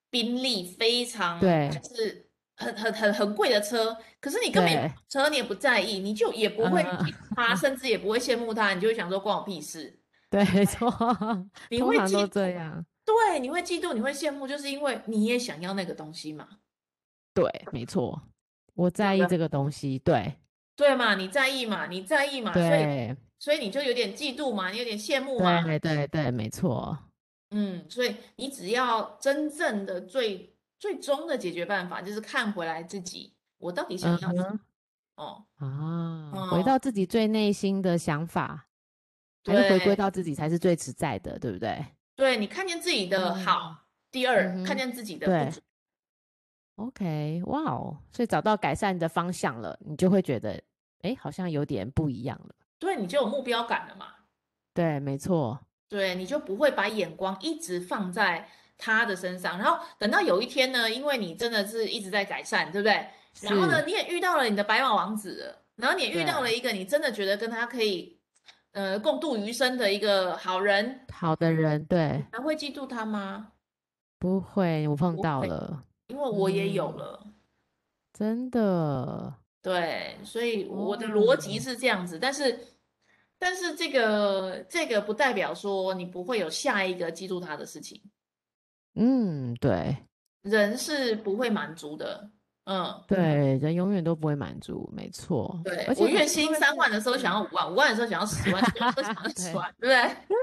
Speaker 2: 宾利非常
Speaker 1: 对
Speaker 2: 就是很很很很贵的车，可是你根本也
Speaker 1: 对，
Speaker 2: 车你也不在意，你就也不会
Speaker 1: 嗯、 <laughs>
Speaker 2: 嫉妒他，甚至也不会羡慕他，你就会想说关我屁事，
Speaker 1: 对，没错，
Speaker 2: 你
Speaker 1: 通
Speaker 2: 会
Speaker 1: 常都
Speaker 2: 嫉
Speaker 1: 这
Speaker 2: 妒，
Speaker 1: 样，
Speaker 2: 对，你会嫉妒，你会羡慕，就是因为你也想要那个东西嘛。
Speaker 1: 对，没错，我
Speaker 2: 对
Speaker 1: 在
Speaker 2: 不
Speaker 1: 意
Speaker 2: 对
Speaker 1: 这个东西，对
Speaker 2: 对嘛，你在意嘛，你在意啊嘛，所以
Speaker 1: 对
Speaker 2: 所以你就有点嫉妒嘛，你有点羡慕嘛，
Speaker 1: 对对对，没错，
Speaker 2: 嗯，所以你只要真正的最最终的解决办法就是看回来自己，我到底想
Speaker 1: 嗯
Speaker 2: 要什
Speaker 1: 哼，
Speaker 2: 么？哦，
Speaker 1: 啊，回
Speaker 2: 嗯，
Speaker 1: 到自己最内心的想法，还是回归
Speaker 2: 对
Speaker 1: 到自己才是最实在的，对不对？
Speaker 2: 对，你看见自己的
Speaker 1: 嗯
Speaker 2: 好，第
Speaker 1: 嗯
Speaker 2: 二看
Speaker 1: 哼，
Speaker 2: 见自己的不
Speaker 1: 对
Speaker 2: 足，
Speaker 1: ，OK，哇哦，所以找到改善的方向了，你就会觉得，哎，好像有点不一样了，
Speaker 2: 对，你就有目标感了嘛，
Speaker 1: 对，没错，
Speaker 2: 对，你就不会把眼光一直放在他的身上，然后等到有一天呢，因为你真的是一直在改善，对不对？然后呢，
Speaker 1: 是，
Speaker 2: 你也遇到了你的白马王子了，然后你也遇到
Speaker 1: 对，
Speaker 2: 了一个你真的觉得跟他可以，呃，共度余生的一个好人，
Speaker 1: 好的人，对。
Speaker 2: 你还会嫉妒他吗？
Speaker 1: 不会，我碰
Speaker 2: 不
Speaker 1: 到
Speaker 2: 会，
Speaker 1: 了，
Speaker 2: 因为我也有
Speaker 1: 嗯，
Speaker 2: 了。
Speaker 1: 真的，
Speaker 2: 对，所以我的逻辑
Speaker 1: 哦，
Speaker 2: 是这样子，但是，但是这个这个不代表说你不会有下一个嫉妒他的事情。
Speaker 1: 嗯，对
Speaker 2: 人是不会满足的，嗯，
Speaker 1: 对，人永远都不会满足，没错，
Speaker 2: 对，
Speaker 1: 而
Speaker 2: 我
Speaker 1: 且
Speaker 2: 月
Speaker 1: 你就
Speaker 2: 薪
Speaker 1: 会
Speaker 2: 三
Speaker 1: 是，
Speaker 2: 万的时候想要五万，五万的时候想要十万，十万的时候想要十
Speaker 1: <laughs> 对，
Speaker 2: 万，对不对？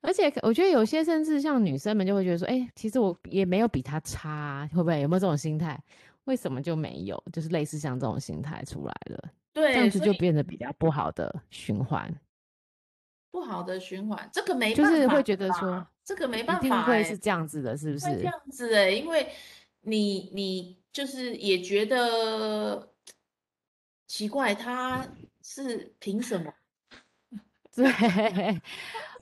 Speaker 1: 而且我觉得有些甚至像女生们就会觉得说，哎，其实我也没有比她差啊，会不会有没有这种心态？为什么就没有？就是类似像这种心态出来了，这样
Speaker 2: 对，
Speaker 1: 子
Speaker 2: 所
Speaker 1: 就
Speaker 2: 以
Speaker 1: 变得比较不好的循环，
Speaker 2: 不好的循环，这个没
Speaker 1: 就
Speaker 2: 办
Speaker 1: 是
Speaker 2: 法
Speaker 1: 会觉得说，
Speaker 2: 啦，这个没
Speaker 1: 一
Speaker 2: 办
Speaker 1: 定
Speaker 2: 法
Speaker 1: 会
Speaker 2: 哎、
Speaker 1: 是这样子的，是不
Speaker 2: 会这
Speaker 1: 是？
Speaker 2: 样子哎、因为你你就是也觉得奇怪，他是凭什么？
Speaker 1: 对，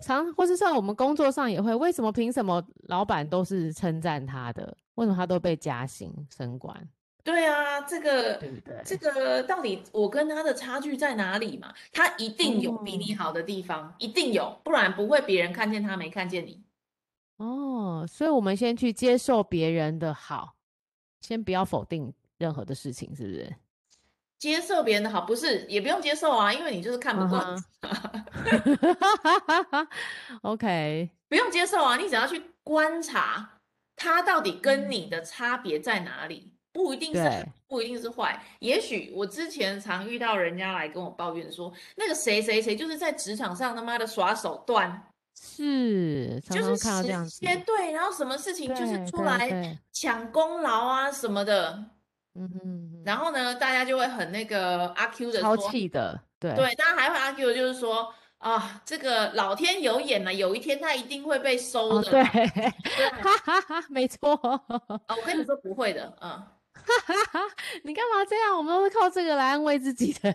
Speaker 1: 常或是像我们工作上也会，为什么凭什么老板都是称赞他的，为什么他都被加薪升官，
Speaker 2: 对啊，这个
Speaker 1: 对不对？
Speaker 2: 这个到底我跟他的差距在哪里嘛？他一定有比你
Speaker 1: 哦
Speaker 2: 好的地方，一定有，不然不会别人看见他没看见你。
Speaker 1: 哦，所以我们先去接受别人的好，先不要否定任何的事情，是不是？
Speaker 2: 接受别人的好，不是也不用接受啊，因为你就是看不惯
Speaker 1: 嗯，OK，
Speaker 2: 不用接受啊，你只要去观察他到底跟你的差别在哪里，不一定是
Speaker 1: 嗯
Speaker 2: 好
Speaker 1: 对
Speaker 2: 不一定是坏。也许我之前常遇到人家来跟我抱怨说，那个谁谁谁就是在职场上他妈的耍手段，
Speaker 1: 是常
Speaker 2: 就是
Speaker 1: 常看到这样
Speaker 2: 时
Speaker 1: 子，
Speaker 2: 间对，然后什么事情就是
Speaker 1: 对
Speaker 2: 出
Speaker 1: 对
Speaker 2: 来
Speaker 1: 对
Speaker 2: 抢功劳啊什么的，
Speaker 1: 嗯哼嗯
Speaker 2: 然后呢，大家就会很那个阿 Q
Speaker 1: 哼，
Speaker 2: 的
Speaker 1: 超
Speaker 2: 说，
Speaker 1: 气的，对，
Speaker 2: 对，大家还会 argue 就是说啊，这个老天有眼呐、有一天他一定会被收
Speaker 1: 哦
Speaker 2: 的
Speaker 1: 对， <laughs>
Speaker 2: 啦。对，
Speaker 1: 哈哈哈，没错， <laughs>
Speaker 2: 啊，我跟你说不会的，嗯，
Speaker 1: 你干嘛这样？我们都是靠这个来安慰自己的，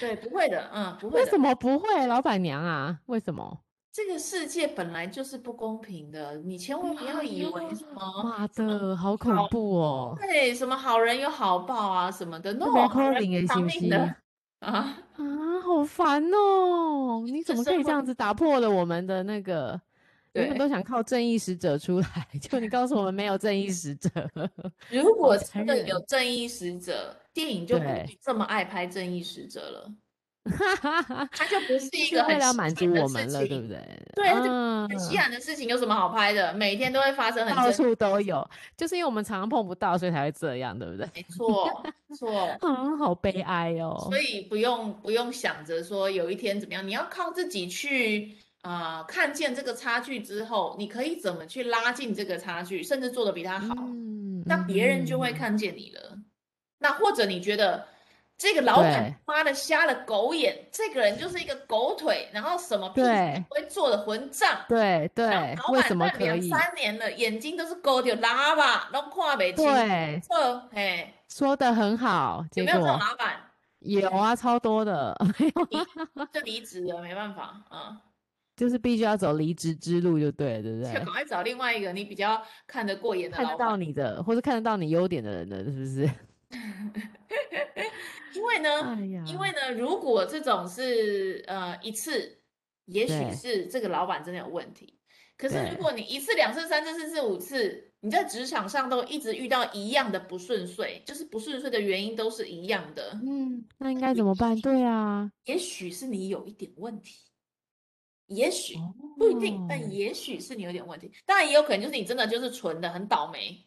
Speaker 2: 对，不会的，
Speaker 1: <laughs>
Speaker 2: 嗯，不会
Speaker 1: 为
Speaker 2: 的
Speaker 1: 什。么不会？老板娘啊，为什么？
Speaker 2: 这个世界本来就是不公平的，你千万不要
Speaker 1: 哎
Speaker 2: 以
Speaker 1: 呀
Speaker 2: 为什么
Speaker 1: 妈的，好恐
Speaker 2: 好
Speaker 1: 怖哦！
Speaker 2: 对啊什么好人有好报啊什么的
Speaker 1: 这
Speaker 2: ，no，
Speaker 1: 没
Speaker 2: 好
Speaker 1: 扣
Speaker 2: 人
Speaker 1: 零
Speaker 2: 不
Speaker 1: 诶，
Speaker 2: 偿
Speaker 1: 信不
Speaker 2: 命
Speaker 1: 信？
Speaker 2: 的啊。
Speaker 1: 啊，好烦哦！你
Speaker 2: 这
Speaker 1: 怎么
Speaker 2: 社
Speaker 1: 可以这
Speaker 2: 会
Speaker 1: 样子打破了我们的那个？原本
Speaker 2: 对
Speaker 1: 都想靠正义使者出来， <laughs> 就你告诉我们没有正义使
Speaker 2: <laughs>
Speaker 1: 者。
Speaker 2: 如果
Speaker 1: 残
Speaker 2: 真的有
Speaker 1: 忍
Speaker 2: 正义使者，电影就不
Speaker 1: 对
Speaker 2: 会这么爱拍正义使者 <laughs> 了，
Speaker 1: 哈，
Speaker 2: 它就不是
Speaker 1: 就
Speaker 2: 一
Speaker 1: 是
Speaker 2: 个
Speaker 1: 为
Speaker 2: 很
Speaker 1: 了要
Speaker 2: 稀
Speaker 1: 满
Speaker 2: 罕
Speaker 1: 足
Speaker 2: 的
Speaker 1: 我
Speaker 2: 事
Speaker 1: 们了，对
Speaker 2: 情
Speaker 1: 不。对？
Speaker 2: 对它就
Speaker 1: 嗯，
Speaker 2: 很稀罕的事情有什么好拍的？每天都会发生很
Speaker 1: 到
Speaker 2: 正，
Speaker 1: 处都有，就是因为我们常常碰不到，所以才会这样，对不对？
Speaker 2: 没错，没错。
Speaker 1: 啊，好悲哀哦
Speaker 2: 所。以不用不用想着说有一天怎么样，你要靠自己去啊、呃看见这个差距之后，你可以怎么去拉近这个差距，甚至做得比他好，
Speaker 1: 嗯，
Speaker 2: 那别人就会
Speaker 1: 嗯
Speaker 2: 看见你了。那或者你觉得这个老板
Speaker 1: 对
Speaker 2: 妈的瞎了狗眼，这个人就是一个狗腿，然后什么屁事
Speaker 1: 对
Speaker 2: 都会做的混账。
Speaker 1: 对
Speaker 2: 然
Speaker 1: 对
Speaker 2: 后，老
Speaker 1: 为什
Speaker 2: 板
Speaker 1: 么
Speaker 2: 干
Speaker 1: 可
Speaker 2: 两
Speaker 1: 以？
Speaker 2: 三年了，眼睛都是勾掉拉吧，都看不清。
Speaker 1: 对，
Speaker 2: 这，嘿，
Speaker 1: 说的很好，
Speaker 2: 有
Speaker 1: 结
Speaker 2: 没有这种
Speaker 1: 果
Speaker 2: 老板？
Speaker 1: <laughs> 有啊，超多的。 <laughs>
Speaker 2: 就离职了，没办法啊，
Speaker 1: 就是必须要走离职之路就对了，对不
Speaker 2: 就
Speaker 1: 对
Speaker 2: 赶？快找另外一个你比较看得过眼的
Speaker 1: 看得
Speaker 2: 老
Speaker 1: 到
Speaker 2: 板。
Speaker 1: 你的，或是看得到你优点的人的，是不是？
Speaker 2: 因为呢，
Speaker 1: 哎
Speaker 2: 嗯因为
Speaker 1: 呀，
Speaker 2: 呢，如果这种是呃一次，也许
Speaker 1: 对
Speaker 2: 是这个老板真的有问题。可是如
Speaker 1: 对
Speaker 2: 果你一次、两次、三次、四次、五次，你在职场上都一直遇到一样的不顺遂，就是不顺遂的原因都是一样的，
Speaker 1: 嗯，那应该怎么办？对啊，
Speaker 2: 也许是你有一点问题。也许不一定，但
Speaker 1: 哦，
Speaker 2: 也许是你有点问题。当然也有可能就是你真的就是纯的很倒霉，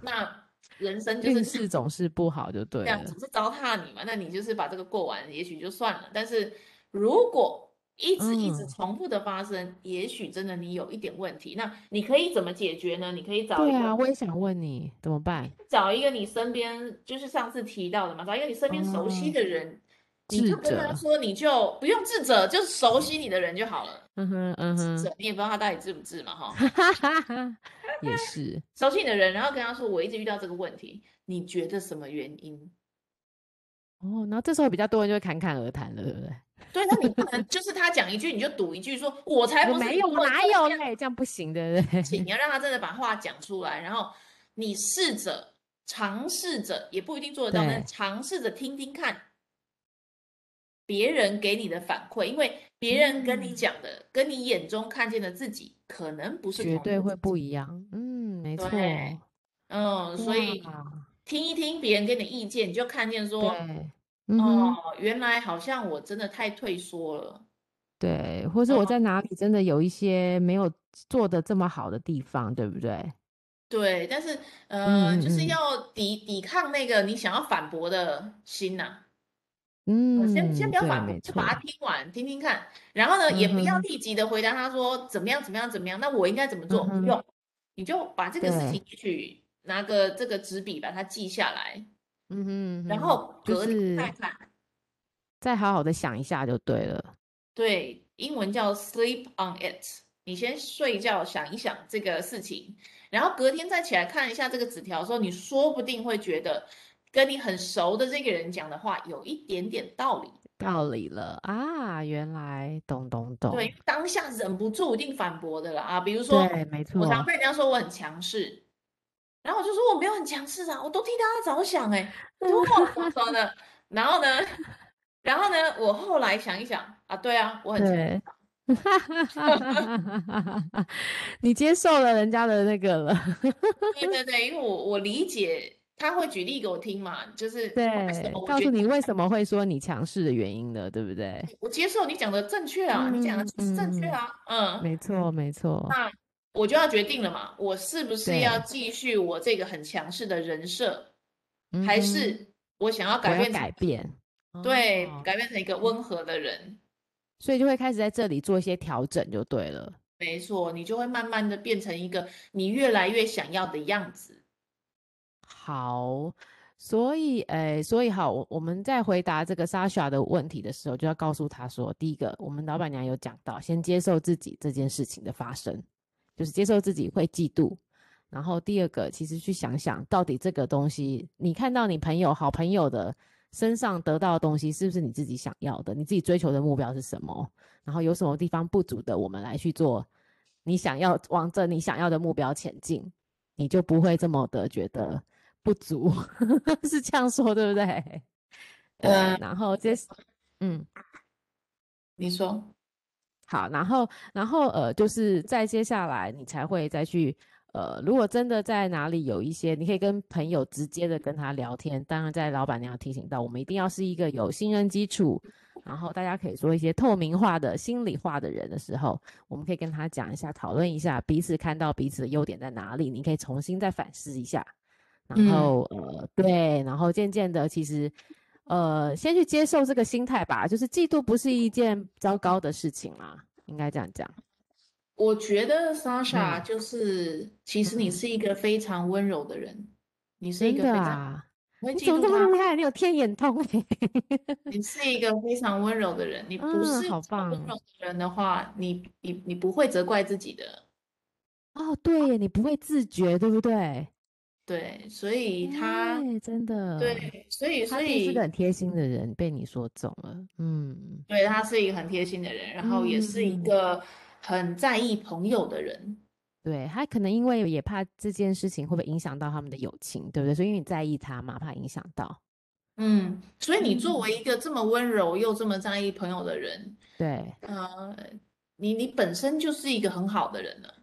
Speaker 2: 那人生就是
Speaker 1: 运
Speaker 2: 这
Speaker 1: 势
Speaker 2: 样
Speaker 1: 总是不好就
Speaker 2: 这
Speaker 1: 对啊
Speaker 2: 样，
Speaker 1: 了。
Speaker 2: 总是糟蹋你嘛。那你就是把这个过完，也许就算了。但是如果一直一直
Speaker 1: 嗯，
Speaker 2: 重复的发生，也许真的你有一点问题。那你可以怎么解决呢？你可以找一
Speaker 1: 对
Speaker 2: 个
Speaker 1: 啊，我也想问你怎么办？
Speaker 2: 找一个你身边，就是上次提到的嘛，找一个你身边熟悉
Speaker 1: 哦，
Speaker 2: 的人，你
Speaker 1: 智
Speaker 2: 就跟他
Speaker 1: 者，
Speaker 2: 说，你就不用智者，就是熟悉你的人就好了。
Speaker 1: 嗯哼嗯
Speaker 2: 智
Speaker 1: 哼，
Speaker 2: 者你也不知道他到底智不智嘛，哈。
Speaker 1: <laughs> 哈哈哈哈，也是，
Speaker 2: 熟悉你的人，然后跟他说我一直遇到这个问题，你觉得什么原因？
Speaker 1: 哦，然后这时候比较多人就会侃侃而谈了，对不对？
Speaker 2: 对，那你不能就是他讲一句你就赌一句说，我才
Speaker 1: 我
Speaker 2: 哎不是
Speaker 1: 没
Speaker 2: 你
Speaker 1: 有，我
Speaker 2: 做
Speaker 1: 哪
Speaker 2: 这
Speaker 1: 有
Speaker 2: 样
Speaker 1: 嘞？这样不行，对不
Speaker 2: <laughs> 请
Speaker 1: 对？
Speaker 2: 你要让他真的把话讲出来，然后你试着尝试着，也不一定做得到，但
Speaker 1: 对，
Speaker 2: 尝试着听听看别人给你的反馈，因为别人跟你
Speaker 1: 嗯。
Speaker 2: 讲的，跟你眼中看见的自己，可能不是
Speaker 1: 绝
Speaker 2: 同一
Speaker 1: 对
Speaker 2: 个
Speaker 1: 会
Speaker 2: 自
Speaker 1: 不
Speaker 2: 己。
Speaker 1: 一样。嗯，没
Speaker 2: 对，
Speaker 1: 错。
Speaker 2: 嗯，所以
Speaker 1: 哇，
Speaker 2: 听一听别人给你的意见，你就看见说。
Speaker 1: 对，嗯哼，
Speaker 2: 哦，原来好像我真的太退缩了。
Speaker 1: 对，或是
Speaker 2: 嗯，
Speaker 1: 我在哪里真的有一些没有做的这么好的地方，对不对？
Speaker 2: 对，但是呃，就是
Speaker 1: 嗯
Speaker 2: 要抵抵抗那个你想要反驳的心呐、呃先
Speaker 1: 嗯
Speaker 2: 先
Speaker 1: 嗯，
Speaker 2: 不要
Speaker 1: 对，
Speaker 2: 反驳，
Speaker 1: 没
Speaker 2: 就把它
Speaker 1: 错。
Speaker 2: 听完听听看，然后呢，也
Speaker 1: 嗯
Speaker 2: 不要
Speaker 1: 哼，
Speaker 2: 立即的回答他说怎么样怎么样怎么样，那我应该怎么
Speaker 1: 嗯
Speaker 2: 做？不
Speaker 1: 哼，
Speaker 2: 用，你就把这个事
Speaker 1: 对，
Speaker 2: 情去拿个这个纸笔把它记下来，
Speaker 1: 嗯哼嗯
Speaker 2: 然
Speaker 1: 哼，
Speaker 2: 后
Speaker 1: 就
Speaker 2: 隔天
Speaker 1: 是
Speaker 2: 看看。
Speaker 1: 再好好的想一下就对了。
Speaker 2: 对，英文叫 sleep on it。你先睡觉想一想这个事情，然后隔天再起来看一下这个纸条的时候，你说不定会觉得跟你很熟的这个人讲的话有一点点道理。
Speaker 1: 道理了啊，原来懂懂懂，
Speaker 2: 对，当下忍不住一定反驳的啦啊，比如说，
Speaker 1: 对，没错
Speaker 2: 我，常被人家说我很强势，然后我就说我没有很强势啊，我都替大家着想
Speaker 1: <laughs>
Speaker 2: 哎、欸，我说哇，怎么说呢？然后呢， <laughs> 然后呢，我后来想一想啊，对啊，我很强
Speaker 1: 对， <laughs> 你接受了人家的那个了，
Speaker 2: <laughs> 对对对，因为我我理解他会举例给我听嘛，就是为什
Speaker 1: 对，
Speaker 2: 么我
Speaker 1: 告
Speaker 2: 觉
Speaker 1: 诉
Speaker 2: 得
Speaker 1: 你为什么会说你强势的原因了，对不对？
Speaker 2: 我接受你讲的正确啊，你讲的
Speaker 1: 嗯
Speaker 2: 是正确
Speaker 1: 嗯，
Speaker 2: 啊，嗯，
Speaker 1: 没错没错，
Speaker 2: 那我就要决定了嘛，我是不是要
Speaker 1: 对，
Speaker 2: 继续我这个很强势的人设，
Speaker 1: 嗯
Speaker 2: 还
Speaker 1: 哼，
Speaker 2: 是我想要
Speaker 1: 我
Speaker 2: 改
Speaker 1: 要
Speaker 2: 变成
Speaker 1: 改变
Speaker 2: 对
Speaker 1: 哦，
Speaker 2: 改变成一个温和的人？
Speaker 1: 所以就会开始在这里做一些调整就对了。
Speaker 2: 没错，你就会慢慢的变成一个你越来越想要的样子。
Speaker 1: 好，所以，诶，所以好，我我们在回答这个 Sasha 的问题的时候，就要告诉他说，第一个，我们老板娘有讲到，先接受自己这件事情的发生，就是接受自己会嫉妒。然后第二个，其实去想想，到底这个东西，你看到你朋友、好朋友的身上得到的东西，是不是你自己想要的？你自己追求的目标是什么？然后有什么地方不足的，我们来去做，你想要往着你想要的目标前进。你就不会这么的觉得不足， <laughs> 是这样说对不对？对，
Speaker 2: 呃，
Speaker 1: 然后接，嗯，
Speaker 2: 你说，
Speaker 1: 好，然后，然后，呃，就是再接下来你才会再去，呃，如果真的在哪里有一些，你可以跟朋友直接的跟他聊天。当然，在老板娘提醒到，我们一定要是一个有信任基础，然后大家可以说一些透明化的、心里话的人的时候，我们可以跟他讲一下，讨论一下彼此看到彼此的优点在哪里，你可以重新再反思一下。然
Speaker 2: 嗯，
Speaker 1: 后呃，对，然后渐渐的，其实呃，先去接受这个心态吧，就是嫉妒不是一件糟糕的事情啦，应该这样讲。
Speaker 2: 我觉得 Sasha
Speaker 1: 嗯
Speaker 2: 就是其实你
Speaker 1: 嗯，
Speaker 2: 是一个非常温柔的人，你是一
Speaker 1: 真的
Speaker 2: 个非常
Speaker 1: 啊，
Speaker 2: 不会
Speaker 1: 你
Speaker 2: 嫉
Speaker 1: 怎么
Speaker 2: 妒
Speaker 1: 这么
Speaker 2: 他，
Speaker 1: 厉害？你有天眼通欸
Speaker 2: 你是一个非常温柔的人。你不
Speaker 1: 嗯，
Speaker 2: 是
Speaker 1: 好
Speaker 2: 这么温
Speaker 1: 棒
Speaker 2: 柔的人的话，你你你不会责怪自己的。
Speaker 1: 哦！对耶，你不会自觉，对不对？
Speaker 2: 对，所以他
Speaker 1: 哎，真的，
Speaker 2: 对，所以
Speaker 1: 他
Speaker 2: 所
Speaker 1: 真的是个
Speaker 2: 以
Speaker 1: 很贴心的人，被你说中了。嗯
Speaker 2: 对他是一个很贴心的人，然后也
Speaker 1: 嗯
Speaker 2: 是一
Speaker 1: 嗯。
Speaker 2: 个很在意朋友的人。
Speaker 1: 对，他可能因为也怕这件事情会不会影响到他们的友情，对不对？所以因为你在意他嘛，怕影响到。
Speaker 2: 嗯，所以你作
Speaker 1: 嗯，
Speaker 2: 为一个这么温柔又这么在意朋友的人，
Speaker 1: 对
Speaker 2: 呃，你你本身就是一个很好的人了，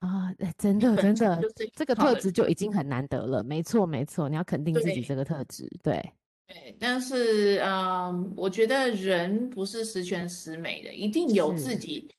Speaker 1: 啊，哎真
Speaker 2: 你
Speaker 1: 的
Speaker 2: 本
Speaker 1: 哦真
Speaker 2: 身 <laughs>
Speaker 1: 的，
Speaker 2: 就是一个
Speaker 1: 这个
Speaker 2: 很
Speaker 1: 特
Speaker 2: 好的人。
Speaker 1: 质就已经很难得了。没错没错，你要肯定自己这
Speaker 2: 对
Speaker 1: 个特质。对，
Speaker 2: 对，但是嗯，我觉得人不是十全十美的，一定有自
Speaker 1: 是，
Speaker 2: 己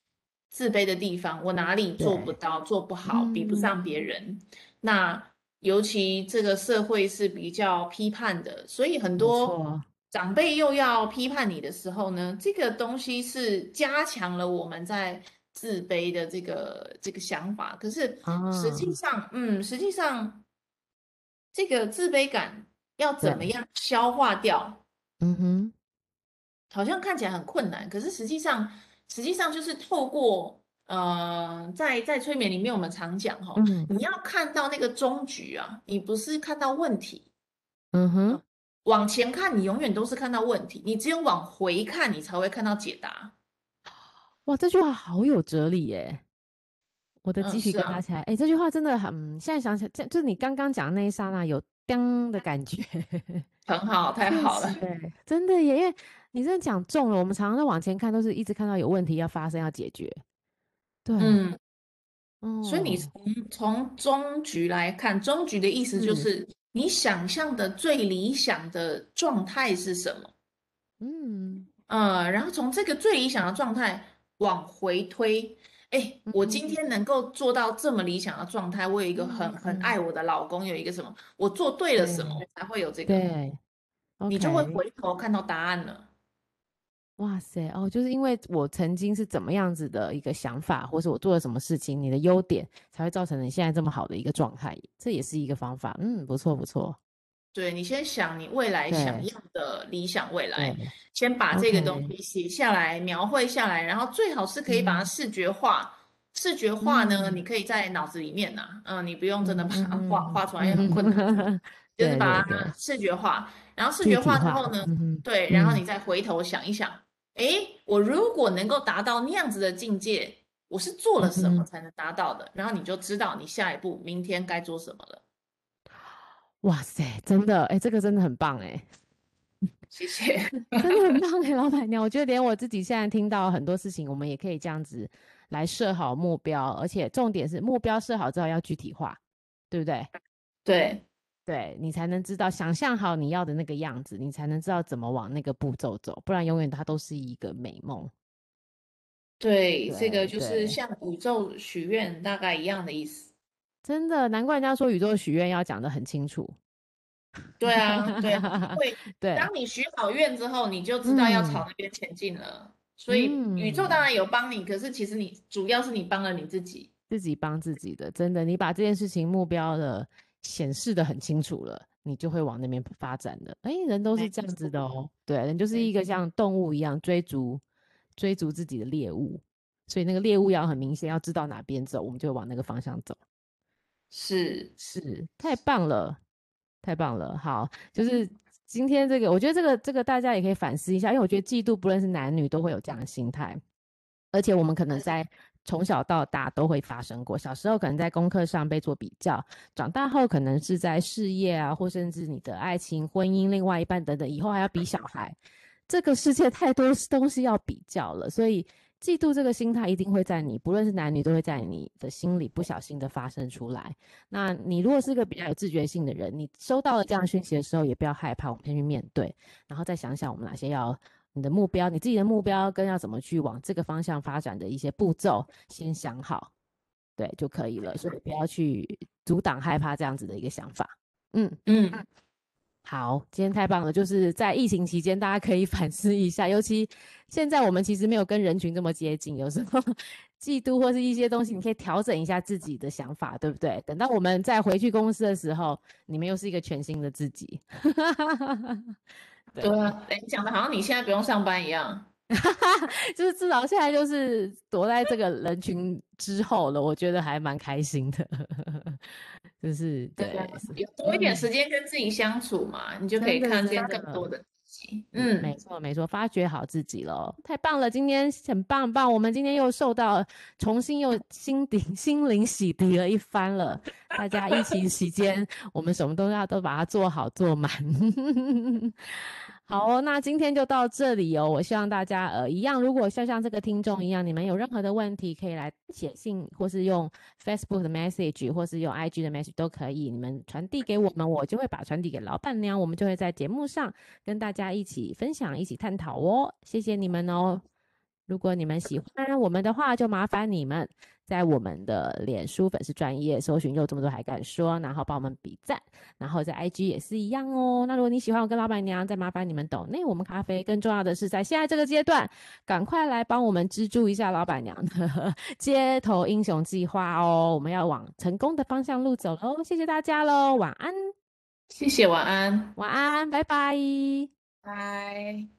Speaker 2: 自卑的地方。我哪里做不
Speaker 1: 对，
Speaker 2: 到，做不好，比不上别
Speaker 1: 嗯，
Speaker 2: 人。那尤其这个社会是比较批判的，所以很
Speaker 1: 没
Speaker 2: 多
Speaker 1: 错，
Speaker 2: 长辈又要批判你的时候呢，这个东西是加强了我们在自卑的这个这个想法。可是实际
Speaker 1: 啊，
Speaker 2: 上，嗯，实际上。这个自卑感要怎么
Speaker 1: 对，啊
Speaker 2: 样消化掉？
Speaker 1: 嗯哼，
Speaker 2: 好像看起来很困难，可是实际上，实际上就是透过呃，在在催眠里面我们常讲哈、
Speaker 1: 嗯
Speaker 2: 你要看到那个终局啊，你不是看到问题，
Speaker 1: 嗯哼，
Speaker 2: 往前看你永远都是看到问题，你只有往回看你才会看到解答。
Speaker 1: 哇，这句话好有哲理耶。我的
Speaker 2: 嗯，
Speaker 1: 鸡皮
Speaker 2: 是
Speaker 1: 疙瘩
Speaker 2: 啊，
Speaker 1: 起来，哎，这句话真的很，现在想起来，这就是你刚刚讲的那一刹那有“当”的感觉， <laughs>
Speaker 2: 很好，太
Speaker 1: 确
Speaker 2: 好
Speaker 1: 实，
Speaker 2: 了，
Speaker 1: 哎，真的耶，因为你真的讲中了。我们常常在往前看，都是一直看到有问题要发生要解决。对，
Speaker 2: 嗯。所以你
Speaker 1: 哦，，
Speaker 2: 从从终局来看，终局的意思就是是你想象的最理想的状态是什么？
Speaker 1: 嗯
Speaker 2: 呃，然后从这个最理想的状态往回推，哎，我今
Speaker 1: 嗯
Speaker 2: 天能够做到这么理想的状态，我有一个很
Speaker 1: 嗯
Speaker 2: 很爱
Speaker 1: 嗯，
Speaker 2: 我的老公，有一个什么，我做对了什么，
Speaker 1: 对
Speaker 2: 我才会有这个，
Speaker 1: 对
Speaker 2: 你就会
Speaker 1: ，OK，
Speaker 2: 回头看到答案了。
Speaker 1: 哇塞，哦，就是因为我曾经是怎么样子的一个想法，或是我做了什么事情，你的优点才会造成你现在这么好的一个状态，这也是一个方法。嗯，不错不错，
Speaker 2: 对，你先想你未来想
Speaker 1: 对
Speaker 2: 要的理想未来，
Speaker 1: 对
Speaker 2: 先把这个东
Speaker 1: ，OK，
Speaker 2: 西写下来、描绘下来，然后最好是可以把它
Speaker 1: 嗯
Speaker 2: 视觉化。视觉化呢，
Speaker 1: 嗯。
Speaker 2: 你可以在脑子里面呐、嗯、你不用真的
Speaker 1: 嗯
Speaker 2: 把它画
Speaker 1: 嗯
Speaker 2: 画出来，也
Speaker 1: 嗯 <laughs>
Speaker 2: 很困难。
Speaker 1: 嗯，
Speaker 2: 就是
Speaker 1: 对
Speaker 2: 把
Speaker 1: 对
Speaker 2: 它
Speaker 1: 对
Speaker 2: 视觉化，然后视
Speaker 1: 具
Speaker 2: 觉
Speaker 1: 体
Speaker 2: 化之
Speaker 1: 化
Speaker 2: 后呢，
Speaker 1: 嗯哼
Speaker 2: 对，然后
Speaker 1: 嗯
Speaker 2: 你再回头想一想，诶，我如果能够达到那样子的境界，我是做了
Speaker 1: 嗯
Speaker 2: 什么
Speaker 1: 哼，
Speaker 2: 才能达到的？然后你就知道你下一步明天该做什么了。
Speaker 1: 哇塞，真的，哎，这个真的很棒，
Speaker 2: <laughs>
Speaker 1: 哎。
Speaker 2: 谢谢。 <laughs>
Speaker 1: 真的很棒哎，老板娘！我觉得连我自己现在听到很多事情，我们也可以这样子来设好目标，而且重点是目标设好之后要具体化，对不对？
Speaker 2: 对，
Speaker 1: 对你才能知道，想象好你要的那个样子，你才能知道怎么往那个步骤走，不然永远它都是一个美梦。
Speaker 2: 对，这个
Speaker 1: 对
Speaker 2: 就是
Speaker 1: 对，
Speaker 2: 向宇宙许愿，大概一样的意思。
Speaker 1: 真的，难怪人家说宇宙许愿要讲得很清楚。
Speaker 2: 对啊，对啊，因为
Speaker 1: <laughs> 对，
Speaker 2: 当你许好愿之后，你就知道要朝
Speaker 1: 嗯
Speaker 2: 那边前进了。所以宇宙当
Speaker 1: 嗯。
Speaker 2: 然有帮你，可是其实你主要是你帮了你自己。
Speaker 1: 自己帮自己的，真的，你把这件事情目标的显示的很清楚了，你就会往那边发展的。哎，人都是
Speaker 2: 没
Speaker 1: 这样子的
Speaker 2: 错，
Speaker 1: 哦，对，人就是
Speaker 2: 没
Speaker 1: 一个
Speaker 2: 错，
Speaker 1: 像动物一样追逐追逐自己的猎物，所以那个猎物要很明显，要知道哪边走，我们就会往那个方向走。
Speaker 2: 是，
Speaker 1: 是，太棒了，太棒了。好，就是今天这个，我觉得这个这个大家也可以反思一下，因为我觉得嫉妒不论是男女都会有这样的心态。而且我们可能在从小到大都会发生过，小时候可能在功课上被做比较，长大后可能是在事业啊，或甚至你的爱情、婚姻、另外一半等等，以后还要比小孩，这个世界太多东西要比较了，所以嫉妒这个心态一定会在你，不论是男女，都会在你的心里不小心的发生出来。那你如果是个比较有自觉性的人，你收到了这样讯息的时候，也不要害怕，我们先去面对，然后再想想我们哪些要你的目标，你自己的目标跟要怎么去往这个方向发展的一些步骤，先想好，对就可以了。所以不要去阻挡、害怕这样子的一个想法。嗯，
Speaker 2: 嗯，
Speaker 1: 好，今天太棒了，就是在疫情期间，大家可以 <laughs> 反思一下，尤其现在我们其实没有跟人群这么接近，有时候 <laughs> 嫉妒或是一些东西，你可以调整一下自己的想法，对不对？等到我们再回去公司的时候，你们又是一个全新的自己。 <laughs>
Speaker 2: 对
Speaker 1: 对。
Speaker 2: 啊，哎，讲的好像你现在不用上班一样。
Speaker 1: 就是至少现在就是躲在这个人群之后了，我觉得还蛮开心的， <laughs> 就是
Speaker 2: 对啊，
Speaker 1: 对， <laughs> 是
Speaker 2: 有多一点时
Speaker 1: 嗯，
Speaker 2: 间跟自己相处嘛，你就可
Speaker 1: 真
Speaker 2: 以
Speaker 1: 的
Speaker 2: 看
Speaker 1: 真
Speaker 2: 见更多
Speaker 1: 的，
Speaker 2: 的自己。
Speaker 1: 嗯，没
Speaker 2: 嗯，
Speaker 1: 错没错，发掘好自己咯，太棒了，今天很棒很棒，我们今天又受到重新又心底心灵洗涤了一番了，大家疫情期间，我们什么都要都把它做好做满。 <laughs> 好哦，那今天就到这里哦。我希望大家呃一样，如果像像这个听众一样，你们有任何的问题，可以来写信，或是用 Facebook 的 message，或是用 IG 的 message 都可以，你们传递给我们，我就会把传递给老板娘，我们就会在节目上跟大家一起分享，一起探讨哦。谢谢你们哦。如果你们喜欢我们的话，就麻烦你们在我们的脸书粉丝专业搜寻“又这么多还敢说”，然后帮我们比赞，然后在 IG 也是一样哦。那如果你喜欢我跟老板娘，再麻烦你们抖内我们咖啡。更重要的是，在现在这个阶段，赶快来帮我们资助一下老板娘的 <laughs> 街头英雄计划哦。我们要往成功的方向路走喽！谢谢大家喽，晚安，
Speaker 2: 谢谢，晚安，
Speaker 1: 晚安，拜拜。
Speaker 2: 拜。